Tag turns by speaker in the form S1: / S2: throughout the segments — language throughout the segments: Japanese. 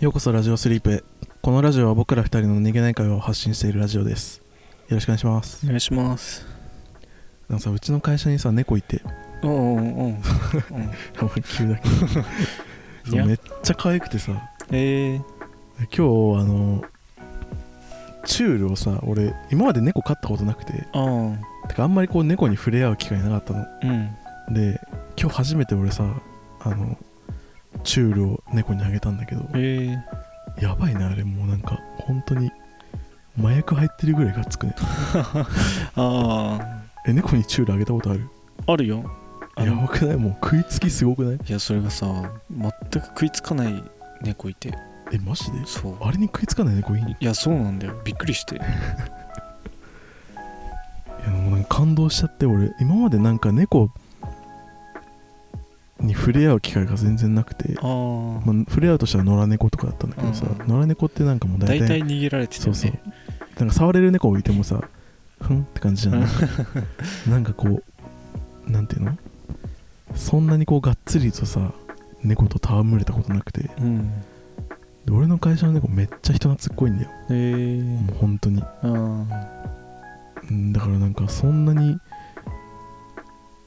S1: ようこそラジオスリープへこのラジオは僕ら2人の逃げない会話を発信しているラジオですよろしくお願いします
S2: お願いします
S1: あのさうちの会社にさ猫い て
S2: おうんうんうん
S1: 急だけど
S2: いや
S1: めっちゃ可愛くてさ
S2: えー、
S1: 今日あのチュールをさ俺今まで猫飼ったことなくて
S2: あー
S1: てかあんまりこう猫に触れ合う機会なかったの
S2: うん
S1: で今日初めて俺さあのチュールを猫にあげたんだけど
S2: え
S1: やばいなあれもうなんか本当に麻薬入ってるぐらいがっつくね
S2: ー、あ
S1: え猫にチュールあげたことある
S2: ああるよあ
S1: や
S2: の
S1: ばくないもう食いつきすごくない
S2: いやそれがさ全く食いつかない猫いて
S1: えマジで
S2: そう
S1: あれに食いつかない猫いいい
S2: いやそうなんだよびっくりして
S1: やもうなんか感動しちゃって俺今までなんか猫に触れ合う機会が全然なくて、
S2: ああ
S1: まあ、触れ合うとしたら野良猫とかだったんだけどさ、
S2: うん
S1: 野良猫ってなんかもう大体
S2: 大体逃げられてた
S1: そ
S2: よ
S1: うそう
S2: ね
S1: なんか触れる猫をいてもさふんって感じじゃない なんかこうなんていうのそんなにこうがっつりとさ猫と戯れたことなくてで
S2: うん
S1: 俺の会社の猫めっちゃ人懐っこいんだよ
S2: えー
S1: もう本当に
S2: あ
S1: うんだからなんかそんなに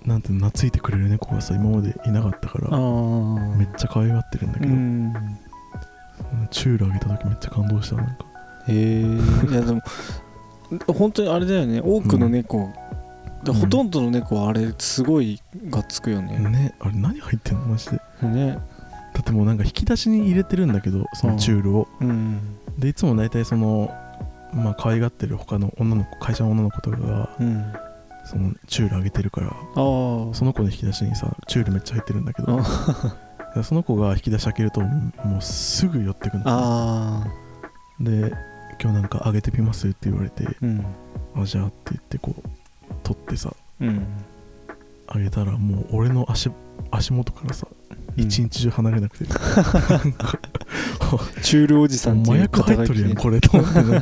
S1: なんていうの懐いてくれる猫がさ今までいなかったか
S2: ーあ
S1: ら
S2: ー
S1: めっちゃ可愛がってるんだけ
S2: う
S1: ど、
S2: ん
S1: チュールあげた時めっちゃ感動したなんか
S2: えー、いやでも本当にあれだよね多くの猫、
S1: う
S2: だ
S1: ん
S2: ほとんどの猫はあれすごいがっつくよね、
S1: ねあれ何入ってんのマジでだ
S2: ね
S1: ってもうなんか引き出しに入れてるんだけどそのチュールを
S2: うん
S1: でいつも大体そのまあ可愛がってる他の女の子会社の女の子とかが
S2: うん
S1: そのチュールあげてるから
S2: ああ
S1: その子の引き出しにさチュールめっちゃ入ってるんだけど
S2: あ
S1: でその子が引き出し開けるともうすぐ寄ってくるの
S2: あ
S1: で今日なんかあげてみますって言われて
S2: ーうん
S1: あじゃあって言ってこう取ってさ
S2: うん
S1: あげたらもう俺の足足元からさ一
S2: うん
S1: 日中離れなくて、
S2: チュールおじさんって
S1: 麻
S2: いう
S1: 薬入っとるやんこれと思 ってねいや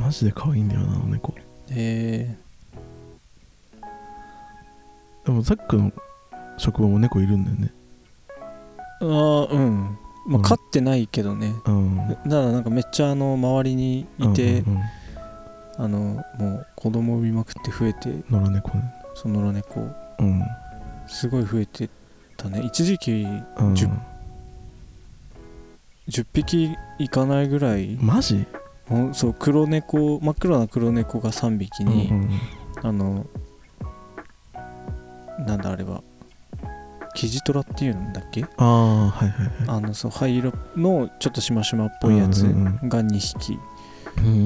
S1: マジで可愛いんだよなあの猫
S2: え
S1: でもザックの職場も猫いるんだよね
S2: ー、ああうん
S1: う
S2: まあ
S1: ん
S2: 飼ってないけどね
S1: うん
S2: だからなんかめっちゃあの周りにいて、
S1: うんうんうん
S2: あのもう子供産みまくって増えて
S1: 野良猫ね
S2: その野良猫
S1: うん
S2: すごい増えてたね一時期
S1: うん
S2: じゅ10匹いかないぐらい、
S1: マジ
S2: ほんそう黒猫真っ黒な黒猫が3匹に、
S1: うんうん
S2: あのなんだあれはキジトラっていうんだっけ
S1: ああはいはいはい
S2: あのそう灰色のちょっとしましまっぽいやつ
S1: うんうんうん
S2: が2匹、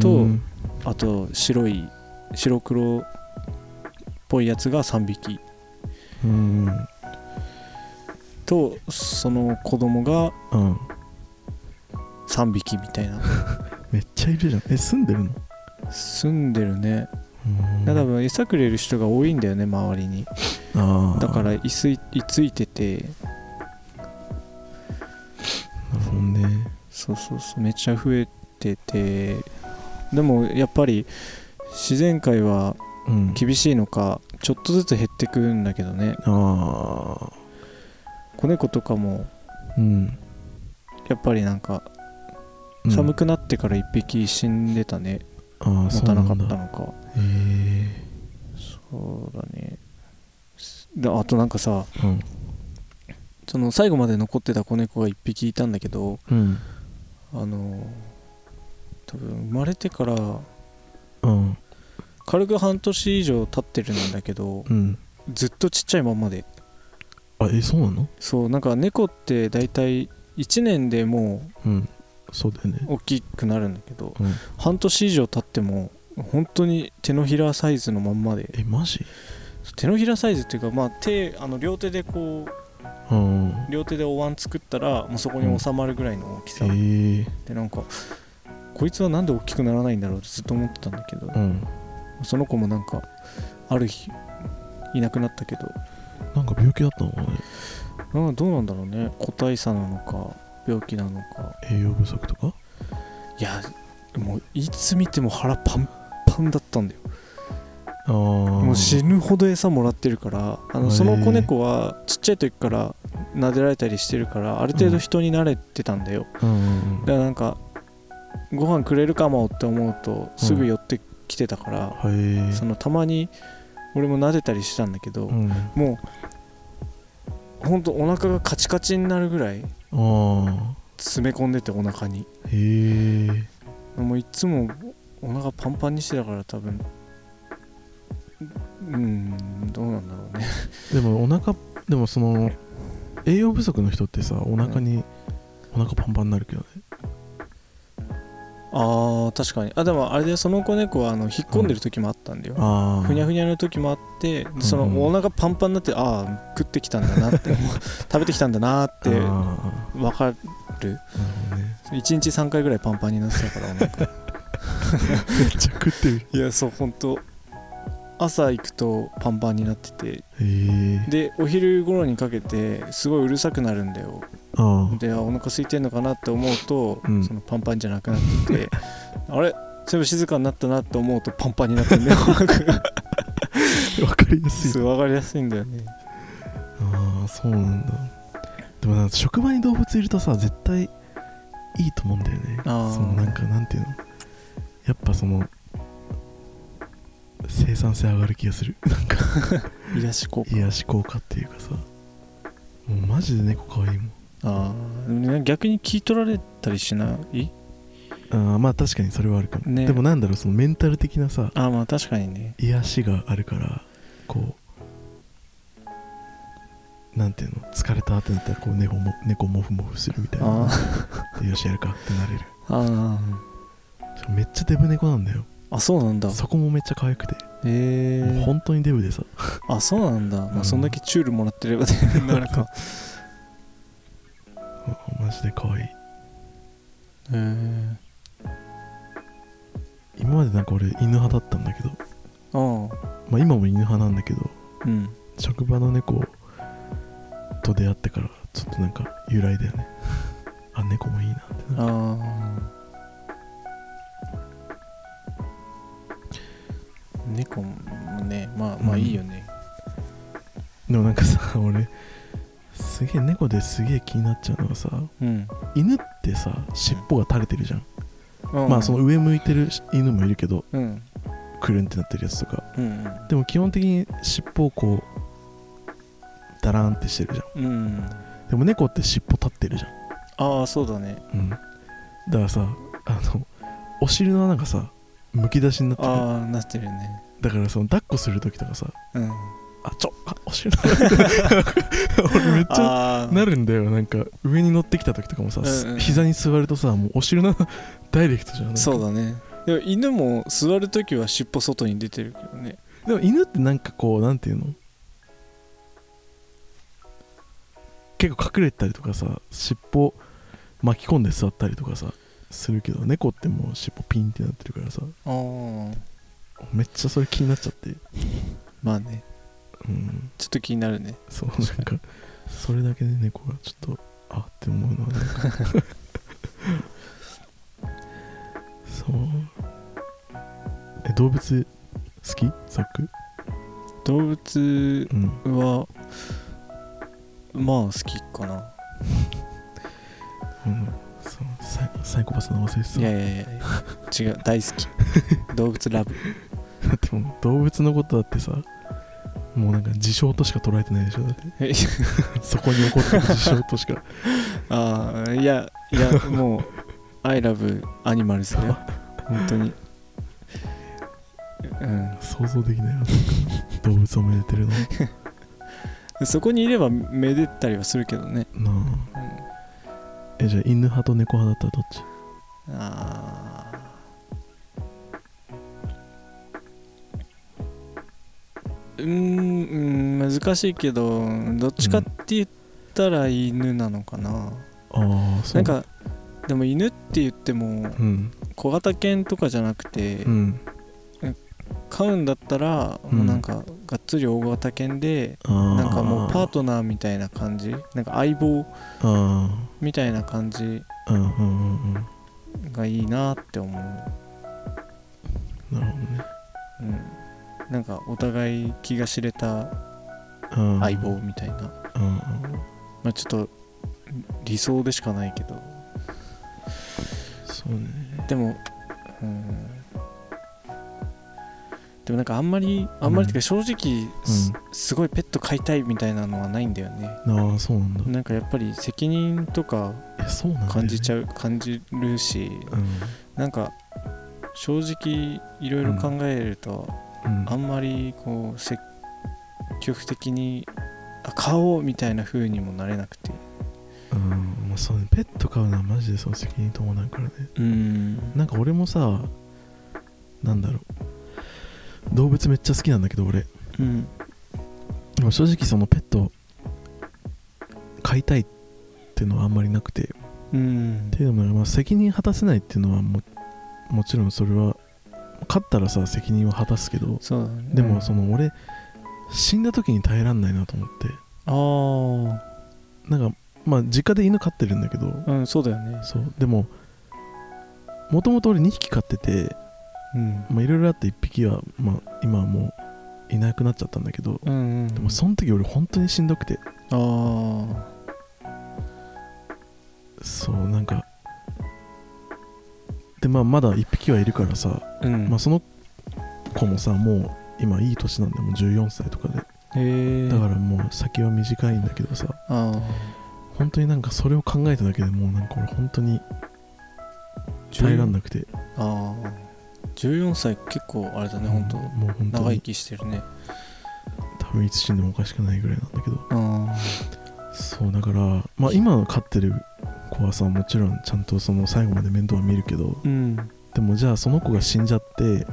S2: と
S1: うん
S2: あと白い白黒っぽいやつが3匹
S1: うん
S2: とその子供が
S1: うん
S2: 3匹みたいな
S1: めっちゃいるじゃんえ住んでるの
S2: 住んでるね
S1: うん
S2: だから多分餌くれる人が多いんだよね周りに
S1: ああ
S2: だから居つい居ついてて
S1: なるほどね
S2: そうそうそうめっちゃ増えててでもやっぱり自然界は
S1: うん
S2: 厳しいのかちょっとずつ減ってくんだけどね
S1: ああ
S2: 子猫とかも
S1: うん
S2: やっぱりなんか
S1: うん
S2: 寒くなってから1匹死んでたね、
S1: あー
S2: 持
S1: そう
S2: たなか
S1: ん
S2: っ
S1: だ
S2: たのか
S1: へえ
S2: そうだねすであとなんかさ
S1: うん
S2: その最後まで残ってた子猫が1匹いたんだけど
S1: うん
S2: あのー多分生まれてから
S1: うん
S2: 軽く半年以上経ってるんだけど
S1: うん
S2: ずっとちっちゃいまんまで
S1: あえそうなの
S2: そうなんか猫って大体1年でも
S1: うんそうだよね
S2: う大きくなるんだけど
S1: うん
S2: 半年以上経っても本当に手のひらサイズのまんまで
S1: えマジ
S2: 手のひらサイズっていうかまあ手あの両手でこ
S1: う
S2: う
S1: ん
S2: 両手でお椀作ったらもうそこに収まるぐらいの大きさ、
S1: ええ
S2: でなんかこいつはなんで大きくならないんだろうってずっと思ってたんだけど
S1: うん
S2: その子もなんかある日いなくなったけど
S1: なんか病気だったのかね
S2: ああどうなんだろうね個体差なのか病気なのか
S1: 栄養不足とか
S2: いやもういつ見ても腹パンパンだったんだよ
S1: ああも
S2: もう死ぬほど餌もらってるからあ
S1: へ
S2: の
S1: え
S2: その子猫はちっちゃい時から撫でられたりしてるからある程度人に慣れてたんだよ、
S1: うんうんうん
S2: だからなんかご飯くれるかもって思うとすぐ寄ってきてたから、
S1: へえ
S2: そのたまに俺も撫でたりしてたんだけど、
S1: うんあ
S2: もうほんとお腹がカチカチになるぐらい
S1: あ
S2: 詰め込んでてお腹に
S1: へえ
S2: もういつもお腹パンパンにしてたから多分うんどうなんだろうね
S1: でもお腹でもその栄養不足の人ってさお腹に、お腹パンパンになるけどね
S2: あー確かにあでもあれでその子猫はあの引っ込んでる時もあったんだよ、
S1: ああ
S2: ふにゃふにゃの時もあってでそ
S1: うん
S2: のお腹パンパンになってああ食ってきたんだ なってもう食べてきたんだなって
S1: あ
S2: 分かる
S1: あなるほどね
S2: 1日3回ぐらいパンパンになってたからお腹
S1: めっちゃ食ってる
S2: いやそう本当朝行くとパンパンになってて
S1: へえ
S2: でお昼頃にかけてすごいうるさくなるんだよ
S1: ああ
S2: であお腹空いてんのかなって思うと、
S1: うん
S2: そのパンパンじゃなくなって てあれ全部静かになったなって思うとパンパンになってんだ よお腹が
S1: わかりやすい
S2: すごい分かりやすいんだよね
S1: ああそうなんだでもなんか職場に動物いるとさ絶対いいと思うんだよね
S2: あー
S1: そのなんかなんていうのやっぱその生産性上がる気がする なんか
S2: 癒やし効果
S1: 癒し効果っていうかさもうマジで猫可愛いもん
S2: あーでもね逆に聞い取られたりしない
S1: あーまあ確かにそれはあるかも、
S2: ね
S1: でもなんだろうそのメンタル的なさ
S2: あーまあ確かにね
S1: 癒しがあるからこうなんていうの疲れたってなったらこう猫も猫モフモフするみたいな
S2: あ
S1: でよしやるかってなれる
S2: ー あ
S1: めっちゃデブ猫なんだよ
S2: ーあそうなんだ
S1: そこもめっちゃ可愛くて、
S2: へえ
S1: もう本当にデブでさ
S2: あそうなんだ、ま
S1: う
S2: あ、
S1: ん
S2: そんだけチュールもらってればねなるか
S1: うんマジで可愛い
S2: へえ
S1: 今までなんか俺犬派だったんだけど、
S2: ああ
S1: まあ、今も犬派なんだけど
S2: うん
S1: 職場の猫と出会ってからちょっとなんか由来だよねあ猫もいいなってな
S2: ああ猫もねまあまあ
S1: うん
S2: いいよね、
S1: でもなんかさ俺すげえ猫ですげえ気になっちゃうのがさ
S2: うん
S1: 犬ってさ尻尾が垂れてるじゃん、
S2: うん
S1: まあその上向いてる犬もいるけど
S2: うん
S1: くるんってなってるやつとか
S2: うん
S1: でも基本的に尻尾をこうダラーンってしてるじゃん
S2: うん、うん、
S1: でも猫って尻尾立ってるじゃ
S2: ああそうだね
S1: ん、だからさあのお尻の穴がさむき出しになってる
S2: ああなってるね
S1: だからその抱っこする時とかさ
S2: うん
S1: あちょあお尻 の穴俺めっちゃ
S2: ああ
S1: なるんだよなんか上に乗ってきた時とかもさ、
S2: うんうん
S1: 膝に座るとさもうお尻の 穴ダイレクトじゃんなんか
S2: そうだねでも犬も座るときは尻尾外に出てるけどね
S1: でも犬ってなんかこうなんていうの結構隠れてたりとかさ尻尾巻き込んで座ったりとかさするけど猫ってもう尻尾ピンってなってるからさ
S2: ああ
S1: めっちゃそれ気になっちゃって
S2: まあね
S1: うん
S2: ちょっと気になるね
S1: そうなんかそれだけで猫がちょっとあって思うのはなんかそうえ動物好きザック
S2: 動物
S1: うん
S2: はまあ好きかな
S1: うんそうサイサイコパスの忘れてた
S2: いやいやいや違う大好き 動物ラブ
S1: だってもう動物のことだってさもうなんか事象としか捉えてないでしょだって
S2: え
S1: そこに起こってる事象とし か
S2: ああいやいやもう「I love animals」だよ本当にうん
S1: 想像できないよなんか動物をめでてるの
S2: そこにいればめでったりはするけどね、
S1: な
S2: うん、
S1: あえじゃあ犬派と猫派だったらどっち
S2: あーうーんうん難しいけどどっちかって言ったら犬なのかな、
S1: ああそう
S2: なんかでも犬って言っても
S1: うん
S2: 小型犬とかじゃなくて、
S1: うん
S2: 飼うんだったら、
S1: うん
S2: もうなんかがっつり大型犬で
S1: ああ
S2: なんかもうパー
S1: ト
S2: トナーみたいな感じなんか相棒
S1: あ
S2: みたいな感じ
S1: あうんうんうんうんなる
S2: がいいなって思う
S1: ほどね
S2: うん、なんかお互い気が知れた
S1: うん
S2: 相棒みたいな
S1: うんうん
S2: まあちょっと理想でしかないけど
S1: そうね
S2: でもうんでもなんかあんまりあんまりっていうか正直す,、すごいペット飼いたいみたいなのはないんだよね
S1: ああそうなんだ
S2: なんかやっぱり責任とか
S1: えそうなんだよね、
S2: 感じちゃ
S1: う
S2: う感じるし
S1: うん
S2: なんか正直いろいろ考えると、
S1: うん
S2: あんまりこう積極的にあ買おうみたいな風にもなれなくて
S1: うんまあそうねペット飼うのはマジでその責任伴うからね
S2: うん
S1: なんか俺もさなんだろう動物めっちゃ好きなんだけど俺
S2: うん
S1: でも正直そのペット飼いたいっていうのはあんまりなくてっ
S2: うん
S1: ていうのもまあ責任果たせないっていうのはももちろんそれは飼ったらさ責任は果たすけど
S2: そうだね
S1: でもその俺死んだ時に耐えらんないなと思って
S2: のあ
S1: なんかまあ実家で犬飼ってるんだけど
S2: あうんそうだよね
S1: そうでももともと俺2匹飼ってて
S2: うん
S1: まあいろいろあって1匹は、まあ、今はもういなくなっちゃったんだけど
S2: うんうん
S1: でもその時俺本当にしんどくて
S2: あ
S1: そうなんかでまあまだ1匹はいるからさ、
S2: あうん
S1: まあ、その子もさもう今いい年なんでもう14歳とかで
S2: へえ
S1: だからもう先は短いんだけどさ
S2: ああ
S1: 本当になんかそれを考えただけでもうなんか俺本当に耐えらんなくて
S2: ああ14歳結構あれだね本当
S1: うんもう本当
S2: 長生
S1: に
S2: きしてるね
S1: 多分いつ死んでもおかしくないぐらいなんだけど
S2: ああ
S1: そうだからまあ今飼ってる子はさもちろんちゃんとその最後まで面倒は見るけど
S2: うん
S1: でもじゃあその子が死んじゃって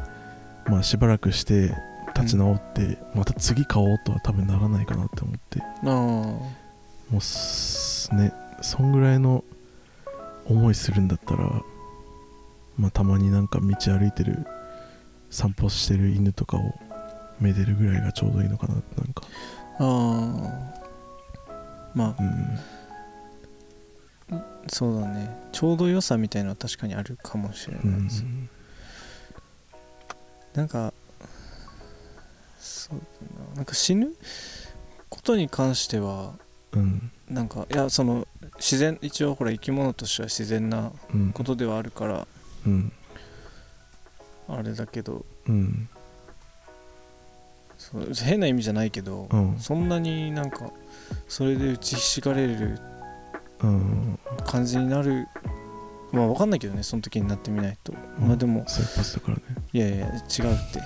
S1: まあしばらくして立ち直って、また次買おうとは多分ならないかなって思って
S2: ああ
S1: もうすねそんぐらいの思いするんだったらまあたまになんか道歩いてる散歩してる犬とかをめでるぐらいがちょうどいいのかなってなんか
S2: ああま
S1: うん
S2: あそうだねちょうど良さみたいのは確かにあるかもしれない、
S1: うん
S2: なんかそうだななんか死ぬことに関しては
S1: うん
S2: なんかいやその自然一応ほら生き物としては自然な
S1: うん
S2: ことではあるから
S1: うん
S2: あれだけど
S1: うん
S2: そう変な意味じゃないけど、
S1: うん
S2: そんなになんかそれで打ちひしがれる
S1: うん
S2: 感じになるまあ分かんないけどねその時になってみないと、まあでも
S1: そういうパスだからね
S2: いやいや違うって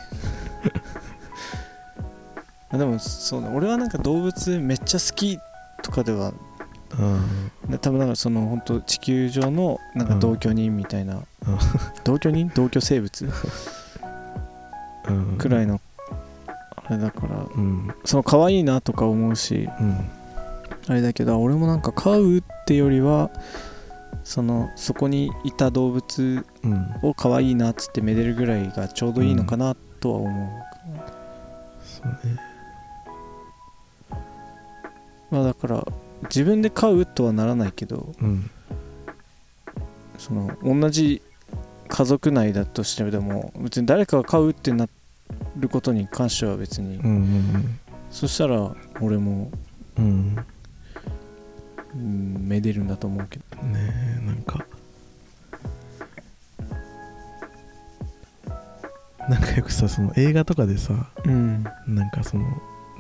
S2: あでもそうだ俺はなんか動物めっちゃ好きとかでは
S1: うん
S2: な多分なんかその本当地球上のなんか
S1: うん
S2: 同居人みたいな、同居人同居生物
S1: うん
S2: くらいのあれだから
S1: うん
S2: その可愛いなとか思うし
S1: うん
S2: あれだけど俺もなんか飼うってよりはそのそこにいた動物
S1: うん
S2: を可愛いなっつってめでるぐらいがちょうどいいのかなとは思う、
S1: そうね
S2: まあだから自分で飼うとはならないけど
S1: うん
S2: その同じ家族内だとしても別に誰かが飼うってなることに関しては別に、
S1: うんうん
S2: そしたら俺も、
S1: うんね
S2: うん、めでるんだと思うけど
S1: えなんかなんかよくさその映画とかでさ
S2: うん
S1: なんかその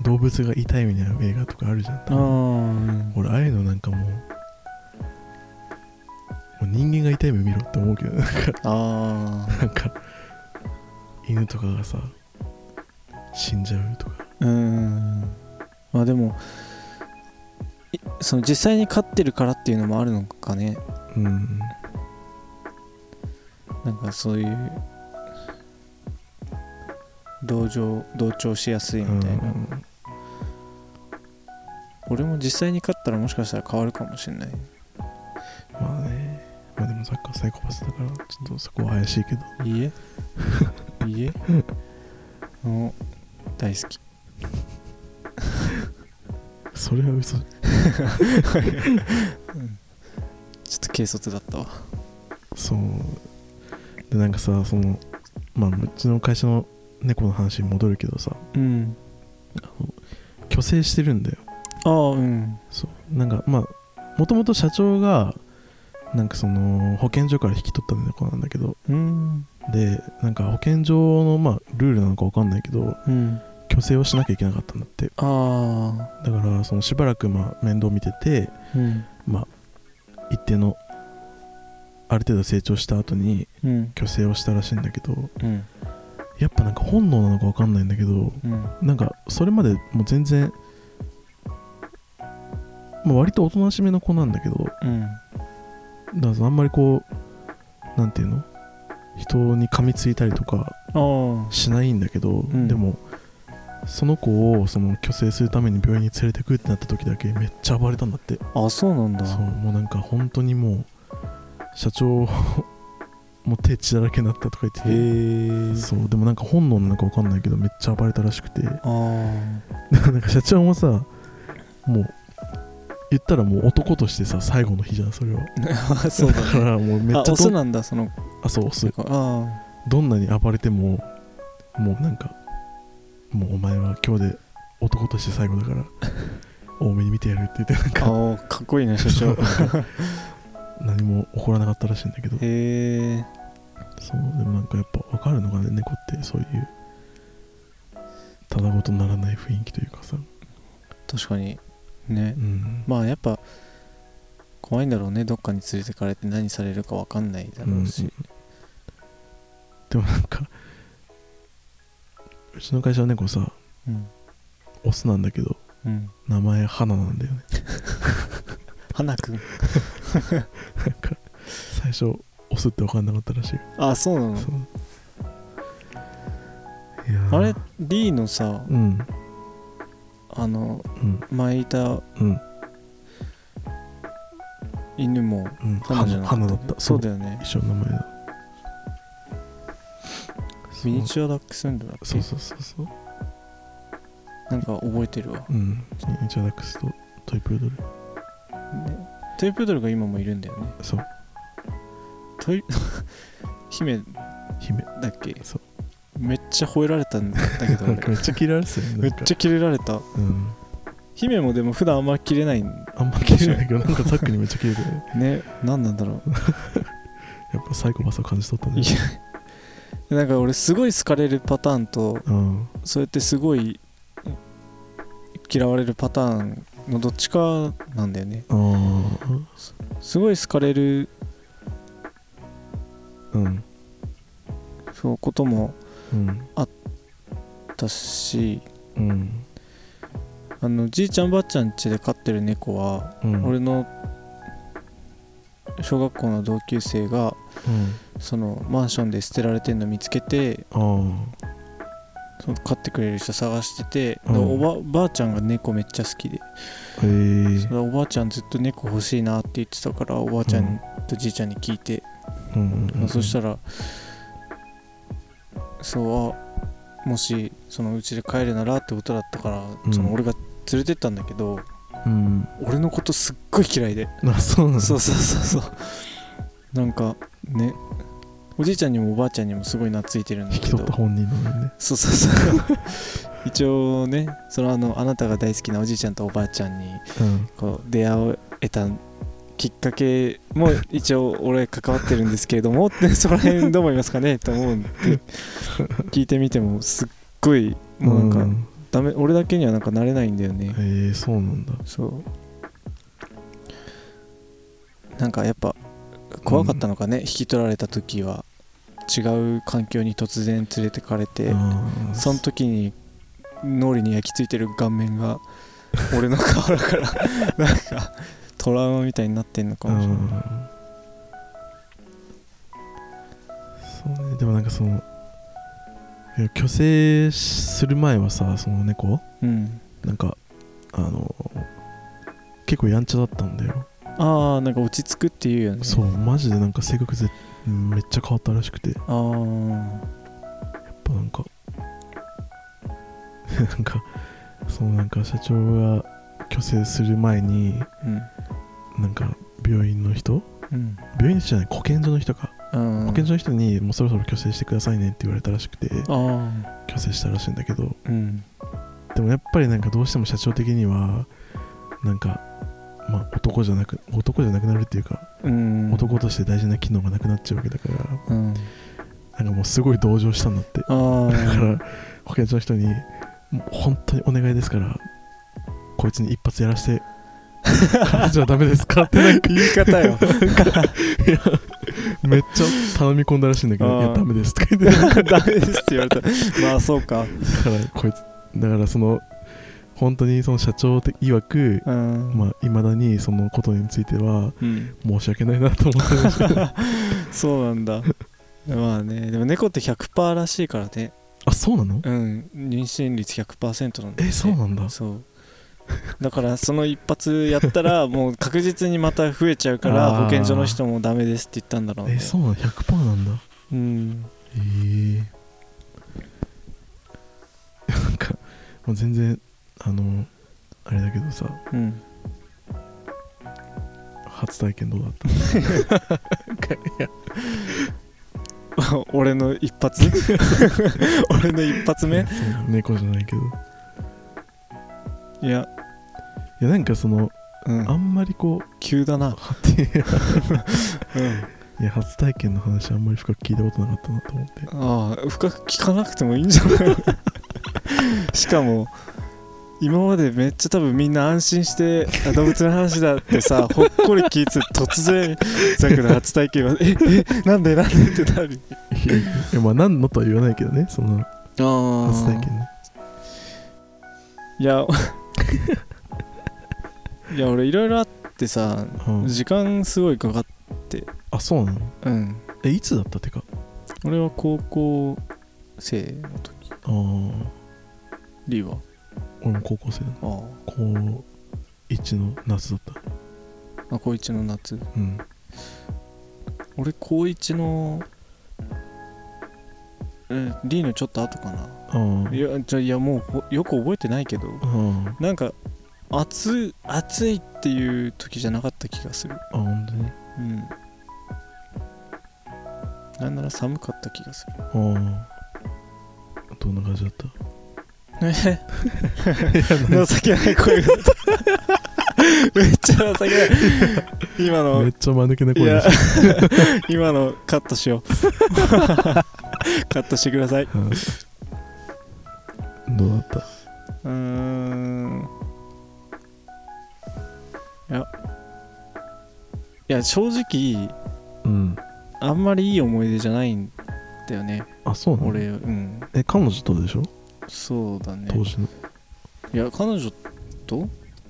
S1: 動物が痛い目に遭う映画とかあるじゃん
S2: ああ、うん
S1: 俺ああいうのなんかもうもう人間が痛い目見ろって思うけどね
S2: あ
S1: なんか犬とかがさ死んじゃうとか
S2: ーうんまあでもいその実際に飼ってるからっていうのもあるのかね
S1: うん
S2: なんかそういう同情同調しやすいみたいな、
S1: うん
S2: 俺も実際に勝ったらもしかしたら変わるかもしれない
S1: まあね、まあでもサッカーサイコパスだから、ちょっとそこは怪しいけど。
S2: い いえいいえもう大好き
S1: それは嘘。
S2: ちょっと軽率だったわ
S1: そう。で、なんかさ、その、まあ、うちの会社の猫の話に戻るけどさ、
S2: うん
S1: 去勢してるんだよ。
S2: ああうん
S1: そう。なんかまあもともと社長がなんかその保健所から引き取った猫なんだけど
S2: うん
S1: でなんか保健所のまあルールなのかわかんないけど
S2: うん
S1: 虚勢をしなきゃいけなかったんだって
S2: あ
S1: だからそのしばらくまあ面倒見てて
S2: あうん
S1: 一定のある程度成長した後に
S2: うん
S1: 虚勢をしたらしいんだけど
S2: うん
S1: やっぱなんか本能なのかわかんないんだけど
S2: うん
S1: なんかそれまでもう全然、まあ、割とおとなしめの子なんだけど
S2: うん
S1: だからそのあんまりこうなんていうの人に噛みついたりとか
S2: ああ
S1: しないんだけど、
S2: ん
S1: でもその子をその虚勢するために病院に連れてくってなった時だけめっちゃ暴れたんだって
S2: あそうなんだ
S1: そうもうなんか本当にもう社長 もう手血だらけになったとか言って
S2: へ
S1: て
S2: え
S1: そうでもなんか本能なのか分かんないけどめっちゃ暴れたらしくて
S2: ああ
S1: なんか社長もさもう言ったらもう男としてさ最後の日じゃんそれは
S2: あ そうだ
S1: だからもうめっ
S2: あ
S1: ちゃ
S2: オス
S1: どん
S2: なんだその
S1: あそうオス
S2: 子あ
S1: どんなに暴れてももうなんかもうお前は今日で男として最後だから 多めに見てやるって言ってなん
S2: あ
S1: か
S2: ああかっこいいね社長
S1: 何も起こらなかったらしいんだけど
S2: へえ
S1: そうでもなんかやっぱ分かるのがね猫ってそういうただごとならない雰囲気というかさ
S2: 確かにね
S1: うん
S2: まあやっぱ怖いんだろうねどっかに連れてかれて何されるかわかんないだろうし、
S1: でもなんかうちの会社の猫さ
S2: うん
S1: オスなんだけど
S2: うん、
S1: 名前花なんだよね
S2: 花くん
S1: なんか最初オスって分かんなかったらしいよ
S2: あそうなの
S1: そういやー
S2: あれ D のさ
S1: うん
S2: あの
S1: うん
S2: 前いた
S1: うん
S2: 犬も
S1: うん
S2: 花じ
S1: 花
S2: ゃなか
S1: 花
S2: った
S1: だった
S2: そうだよね
S1: 一緒の名前だ
S2: ミニチュアダックスフンドだっけ
S1: そうそうそうそう
S2: なんか覚えてるわ
S1: うんミニチュアダックスとトイプードル
S2: でトイプードルが今もいるんだよね
S1: そう
S2: トイ 姫
S1: 姫
S2: だっけ
S1: そ
S2: めっちゃ吠えられたんだけど
S1: な
S2: あ
S1: んか
S2: れ
S1: めっちゃ嫌われてたよね
S2: めっ
S1: なんか
S2: ちゃキレられた
S1: うん
S2: 姫もでも普段あんまりキレない
S1: あんま切れない けどなんかザックにめっちゃ切れてる
S2: ね何なんだろう
S1: やっぱサイコパスを感じ取ったね
S2: いでなんか俺すごい好かれるパターンと
S1: うん
S2: そうやってすごい嫌われるパターンのどっちかなんだよね
S1: あー
S2: すごい好かれる
S1: うん
S2: そうことも
S1: うん
S2: あったし
S1: うん
S2: あのじいちゃんばあちゃん家で飼ってる猫は、
S1: うん
S2: 俺の小学校の同級生が
S1: うん
S2: そのマンションで捨てられてるの見つけて
S1: あー
S2: その飼ってくれる人探してて、
S1: うん
S2: でおばばあちゃんが猫めっちゃ好きで
S1: へえ
S2: おばあちゃんずっと猫欲しいなって言ってたからおばあちゃんとじいちゃんに聞いて、
S1: うんうんうんうん
S2: そしたらそうあもしそのうちで帰るならってことだったから、
S1: うん
S2: その俺が連れてったんだけど
S1: うん
S2: 俺のことすっごい嫌いで、
S1: あそうなんだ
S2: そうそうそうそうなんかねおじいちゃんにもおばあちゃんにもすごい懐いてるんだ
S1: 引
S2: け
S1: き
S2: ど
S1: 取った本人なのにね
S2: そうそうそう 一応ねそれはあのあなたが大好きなおじいちゃんとおばあちゃんに
S1: うん
S2: こう出会えたきっかけも一応俺関わってるんですけれどもってそこら辺どう思いますかねと思うんで聞いてみてもすっごいもうなんか
S1: ん
S2: ダメ俺だけにはなんかなれないんだよね
S1: へえそうなんだ
S2: そうなんかやっぱ怖かったのかね、引き取られた時は違う環境に突然連れてかれて
S1: あー
S2: その時に脳裏に焼き付いてる顔 面が俺の顔だからなんかトラウマみたいになってんのかもしれない
S1: あーそうねでもなんかそのいや虚勢する前はさその猫
S2: うん
S1: なんかあの結構やんちゃだったんだよ、
S2: ああなんか落ち着くっていうよね
S1: そうマジでなんか性格ぜめっちゃ変わったらしくてや
S2: ああ
S1: っぱなんか なんかそのなんか社長が虚勢する前に
S2: うん
S1: なんか病院の人
S2: うん
S1: 病院の人じゃない保健所の人か
S2: うん
S1: 保健所の人にもうそろそろ虚勢してくださいねって言われたらしくて
S2: あ
S1: 虚勢したらしいんだけど
S2: あうん
S1: でもやっぱりなんかどうしても社長的にはなんかまあ、男じゃなく男じゃなくなるっていうか、
S2: うん
S1: 男として大事な機能がなくなっちゃうわけだから
S2: うん
S1: なんかもうすごい同情したんだって
S2: あ
S1: だか
S2: あ
S1: ら保健所の人にもう本当にお願いですからこいつに一発やらせて彼女はダメですかってなんか
S2: 言い方よ
S1: いやめっちゃ頼み込んだらしいんだけど「
S2: あー
S1: いやダメです」とか言って
S2: ダメですって 言われたまあそうか
S1: だからこいつだからその本当にその社長って曰く
S2: うん
S1: まあいまだにそのことについては
S2: うん
S1: 申し訳ないなと思ってました
S2: そうなんだまあねでも猫って100%らしいからね
S1: あそうなの
S2: うん妊娠率100%なんだって
S1: えそうなんだ
S2: そうだからその一発やっ たらもう確実にまた増えちゃうから
S1: あー
S2: 保健所の人もダメですって言ったんだろうね
S1: えそうなの100%なんだ
S2: うん
S1: えー、なんかもう全然あのあれだけどさ
S2: うん
S1: 初体験どうだった
S2: 俺の一発 俺の一 発目
S1: そう猫じゃないけど
S2: いや
S1: いやなんかその
S2: うん
S1: あんまりこう
S2: 急だな、
S1: はて
S2: うん、
S1: いや初体験の話あんまり深く聞いたことなかったなと思って
S2: ああ深く聞かなくてもいいんじゃない しかも今までめっちゃ多分みんな安心してあ動物の話だって さほっこり聞いて突然ザクの初体験は「ええなんでなんで?」ってなる
S1: いやまあ何のとは言わないけどねその
S2: あ
S1: 初体験ね
S2: いやいや俺いろいろあってさ
S1: うん
S2: 時間すごいかかっ
S1: あそうなの
S2: うん
S1: えいつだったってか
S2: 俺は高校生の時
S1: ああ
S2: リーは
S1: 俺も高校生だ
S2: あー
S1: 高一の夏だった
S2: あ高1の夏
S1: うん
S2: 俺高1のうんリーのちょっと後かな、
S1: ああ
S2: いやじゃあいやもうほよく覚えてないけど
S1: あ
S2: なんか暑い暑いっていう時じゃなかった気がする
S1: ああ本当に
S2: うんなんなら寒かった気がする
S1: ああどんな感じだった
S2: え 情けない声が出ためっちゃ情けない今の
S1: めっちゃ間抜けない声
S2: や
S1: でし
S2: 今の カットしようカットしてください
S1: たはいどうだった
S2: うーんいやいや正直
S1: うん
S2: あんまりいい思い出じゃないんだよね、
S1: あそうなの
S2: 俺うん
S1: え彼女とでしょ
S2: そうだね
S1: 当時の
S2: いや彼女と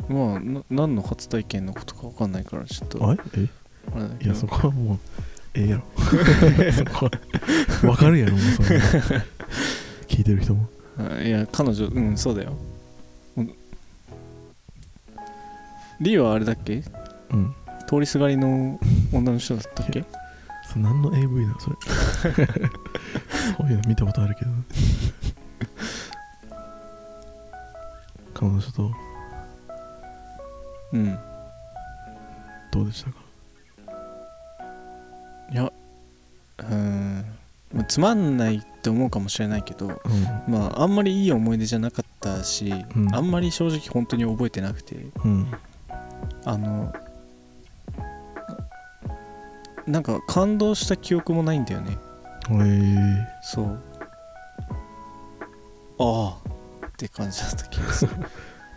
S2: まあな何の初体験のことか分かんないからちょっと
S1: あれえ
S2: あれだけ
S1: い
S2: ど
S1: やそこはもうえ えやろそこはわかるやろもうそんなの聞いてる人も
S2: あいや彼女うんそうだようんリーはあれだっけ
S1: うん
S2: 通りすがりの女の人だったっけ
S1: それ何の AV なのそれそういうの見たことあるけどな彼女と
S2: うん
S1: どうでしたか
S2: うーんまあつまんないって思うかもしれないけど
S1: う
S2: まああんまりいい思い出じゃなかったし、
S1: うん
S2: あんまり正直本当に覚えてなくて
S1: んうん
S2: あのなんか感動した記憶もないんだよね
S1: え
S2: そうああって感じだった気 がする
S1: ー、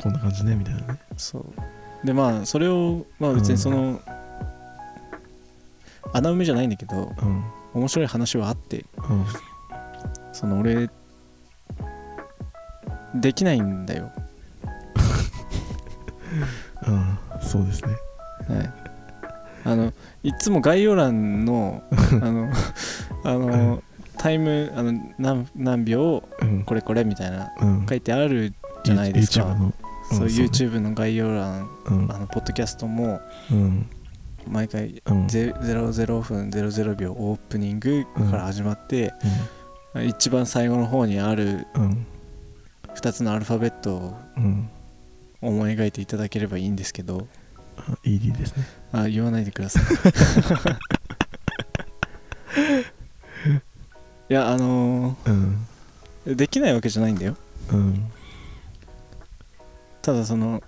S1: こんな感じねみたいなね
S2: そうでまあそれをまあ別にその、穴埋めじゃないんだけど
S1: うん
S2: 面白い話はあって
S1: うん
S2: その俺できないんだよ、
S1: うんそうですね
S2: はい、あのいつも概要 欄のあのあのタイムあの何何秒
S1: うん
S2: これこれみたいな
S1: うん
S2: 書いてあるじゃないですか
S1: YouTube のうん
S2: そう
S1: そうね
S2: YouTube の概要欄
S1: うん
S2: あのポッドキャストも
S1: うん
S2: 毎回
S1: うん
S2: ゼ00分00秒オープニングから始まって、一番最後の方にある
S1: うん
S2: 2つのアルファベットを
S1: うん
S2: 思い描いていただければいいんですけど
S1: あ ED ですね
S2: あ言わないでく ださいいやあの
S1: うん
S2: ーできないわけじゃないんだよ
S1: うん
S2: ただその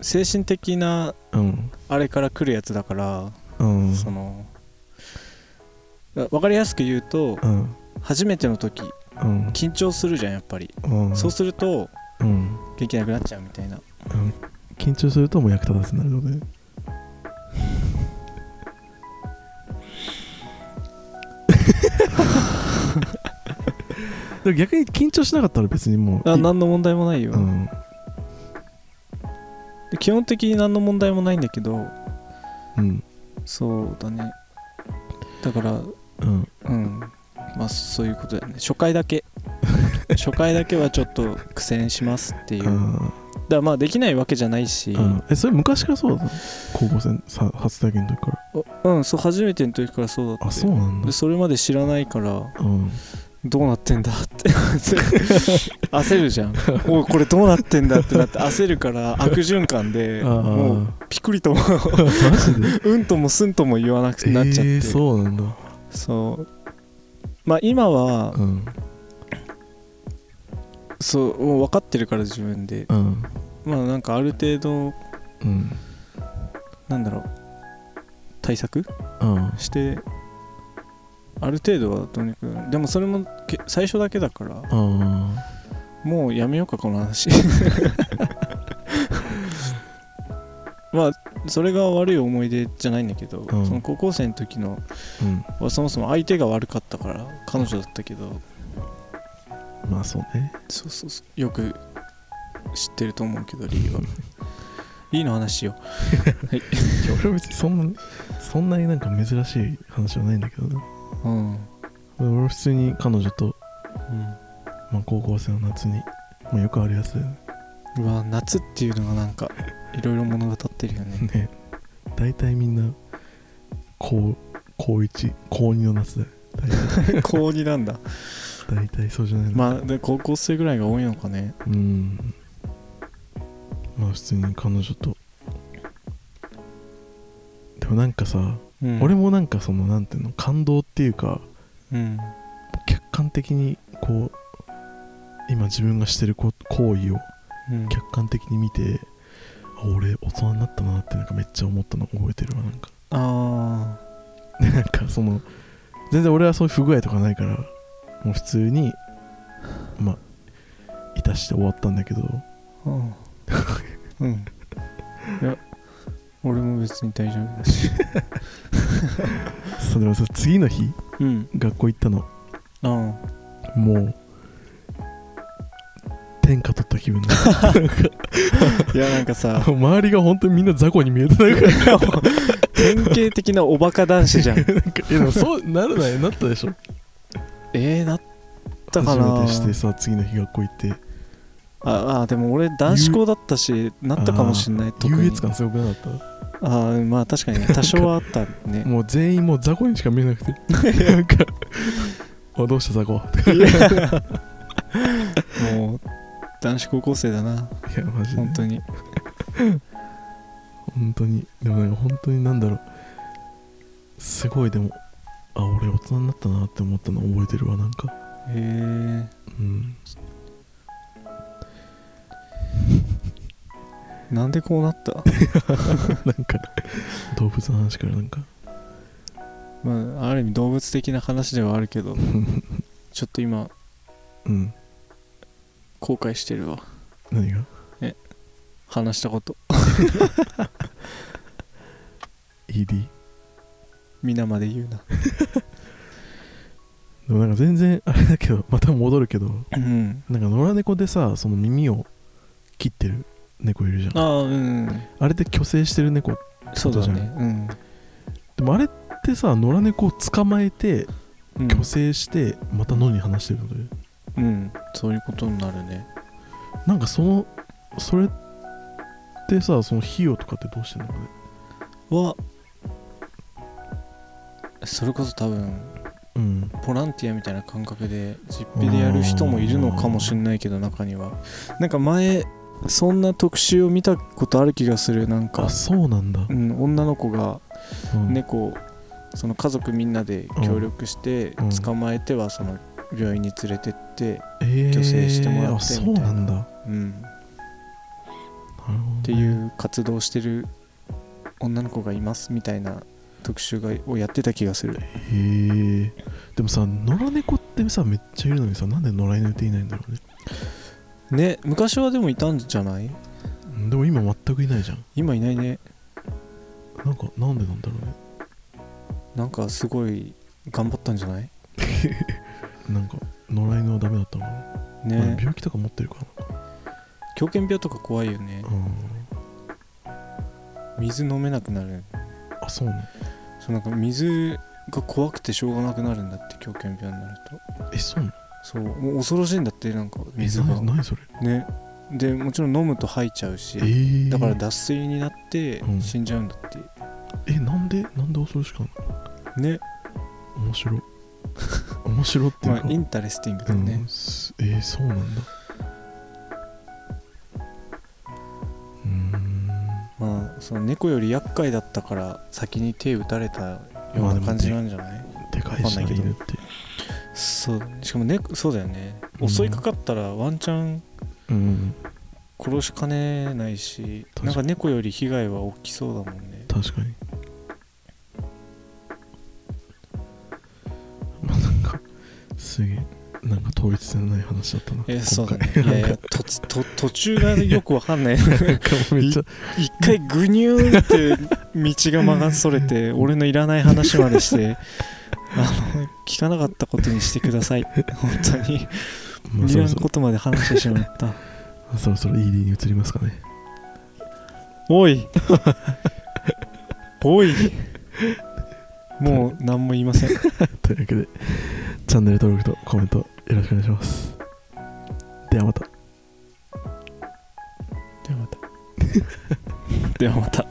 S2: 精神的な
S1: うん
S2: あれから来るやつだから、
S1: うん
S2: その分かりやすく言うと
S1: うん
S2: 初めての時
S1: うん
S2: 緊張するじゃんやっぱり、
S1: うん
S2: そうすると
S1: うん
S2: 元気なくなっちゃうみたいな
S1: うん緊張するともう役立たずになるのででも逆に緊張しなかったら別にもうい
S2: あ
S1: い
S2: 何の問題もないよ、
S1: うん
S2: で基本的に何の問題もないんだけど
S1: うん
S2: そうだねだから
S1: うん
S2: うんまあそういうことだよね初回だ け初回だけはちょっと苦戦しますっていう、
S1: う
S2: だか
S1: ん
S2: らまあできないわけじゃないし、
S1: うんえそれ昔からそうだったの高校生さ初体験の時から
S2: おうんそう初めての時からそうだった
S1: あそうなんだ
S2: でそれまで知らないから
S1: うん
S2: どうなってんだって 焦るじゃんおいこれどうなってんだってなって焦るから悪循環で
S1: ああ
S2: もうピクリとも
S1: マジで
S2: うん ともすんとも言わなくなっちゃって、
S1: えーそうなんだ
S2: そうまあ今は
S1: うん
S2: そうもう分かってるから自分で
S1: うん
S2: まあなんかある程度
S1: うん
S2: なんだろう対策
S1: うん
S2: してある程度はどうにかなるでもそれもけ最初だけだから
S1: あ
S2: もうやめようかこの話 まあそれが悪い思い出じゃないんだけど、
S1: うん
S2: その高校生の時の
S1: ーうん
S2: はそもそも相手が悪かったから彼女だったけど
S1: まあそうね
S2: そうそうそうよく知ってると思うけど理由 はリーの話よ
S1: いや俺は別にそんなそんなになんか珍しい話はないんだけどね
S2: うん、うん、
S1: 俺は普通に彼女と、まあ、高校生の夏に、まあ、よくあるやつだよね
S2: うわ夏っていうのがなんかいろいろ物語ってるよね
S1: ね大体みんな高高1高2の夏だよ大体
S2: 高2なんだ
S1: 大体そうじゃないの
S2: まあで高校生ぐらいが多いのかね
S1: うんまあ普通に彼女とでもなんかさ、
S2: うん
S1: 俺もなんかそのなんていうの感動っていうか
S2: うん
S1: 客観的にこう今自分がしてるこ行為を
S2: うん
S1: 客観的に見てあ俺大人になったなってなんかめっちゃ思ったの覚えてるわなんか
S2: あ
S1: でなんかその全然俺はそういう不具合とかないからもう普通にまあいたして終わったんだけど
S2: あうんうんいや俺も別に大丈夫だし
S1: それはさ次の日
S2: うん
S1: 学校行ったの
S2: あ
S1: もう天下取った気分だ
S2: あいやなんか さ
S1: 周りが本当にみんな雑魚に見えてないから
S2: 典型的なおバカ男子じゃん
S1: なんかいやでもそうならないなったでしょ
S2: えー、なったかな
S1: 初めてしてさ次の日学校行って
S2: ああでも俺男子校だったしなったかもしんない特に
S1: 優越感すごくなかっ
S2: ああまあ確かにね多少はあったね
S1: た もう全員もう雑魚にしか見えなくてなんかあどうした雑魚とかい
S2: もう男子高校生だな
S1: やマジで
S2: 本当に
S1: 本当にでもなんか本当になんだろうすごいでもあ俺大人になったなって思ったの覚えてるわなんか
S2: へえ
S1: うん
S2: なんでこうなった、
S1: なん か動物の話からなんか
S2: まあ、ある意味動物的な話ではあるけどちょっと今
S1: うん
S2: 後悔してるわ
S1: 何が
S2: 話したこと
S1: ED
S2: 皆まで言うな
S1: でもなんか全然あれだけど また戻るけど
S2: うん
S1: なんか野良猫でさその耳を切ってる猫いるじゃん
S2: あ
S1: あ
S2: あうん
S1: れで虚勢してる猫
S2: そうだね
S1: でもあれってさ野良猫を捕まえて
S2: うんうん
S1: 虚勢してまた野に放してるので、
S2: うんそういうことになるね
S1: なんかそのそれってさその費用とかってどうしてんのかね
S2: はそれこそ多分
S1: うん
S2: ボランティアみたいな感覚で実費でやる人もいるのかもしれないけど中にはなんか前そんな特集を見たことある気がするなんか
S1: あ、そうなんだ、
S2: うん、女の子が
S1: うん
S2: 猫をその家族みんなで協力して
S1: うん
S2: 捕まえてはその病院に連れてって、
S1: えー
S2: 虚勢してもらって
S1: あそうなんだ
S2: うん、
S1: な
S2: っていう活動をしてる女の子がいますみたいな特集がをやってた気がする
S1: へえでもさ野良猫ってさめっちゃいるのにさなんで野良犬っていないんだろうね
S2: ね昔はでもいたんじゃない
S1: うんでも今全くいないじゃん
S2: 今いないね
S1: なんかなんでなんだろうね
S2: なんかすごい頑張ったんじゃない
S1: なんか野良犬はダメだったのかな、
S2: ね
S1: 病気とか持ってるか
S2: 狂犬病とか怖いよね
S1: なうん
S2: 水飲めなくなる
S1: あそうね
S2: そうなんか水が怖くてしょうがなくなるんだって狂犬病になると
S1: えそうなの
S2: そうもう恐ろしいんだってなんか
S1: え
S2: 水が
S1: な何それ
S2: ねでもちろん飲むと吐いちゃうし
S1: えー、
S2: だから脱水になって
S1: うん
S2: 死んじゃうんだって、
S1: えなんでなんで恐ろしくな
S2: ね
S1: の面白い面白っていう
S2: ま
S1: か、
S2: あインタレスティングだ
S1: う
S2: よ
S1: ん
S2: ね、
S1: すえー、そうなんだうーん
S2: まあその猫より厄介だったから先に手打たれたよ
S1: まあで
S2: うな
S1: も
S2: 感じなんじゃない、
S1: でかいしな
S2: わかんないけど
S1: 犬って
S2: そうしかも猫そうだよね、
S1: うん
S2: 襲いかかったらワンチャン
S1: うん
S2: 殺しかねないし
S1: 確かに
S2: なんか猫より被害は大きそうだもんね
S1: 確かにまあなんかすげえなんか統一せない話だったな
S2: えそ
S1: 今
S2: うだ
S1: 回
S2: ねいやいやとつと途中がよくわかんない
S1: なんかめっちゃ
S2: 一回ぐにゅーって道が曲がっそれて俺のいらない話までしてあの聞かなかったことにしてください本当に
S1: まあ
S2: い
S1: そ
S2: ら
S1: ろ
S2: ん
S1: そ
S2: ことまで話してしまった
S1: ろそろそろ ED に移りますかね
S2: おいおいもう何も言いません
S1: というわけでチャンネル登録とコメントよろしくお願いしますではまた
S2: ではまた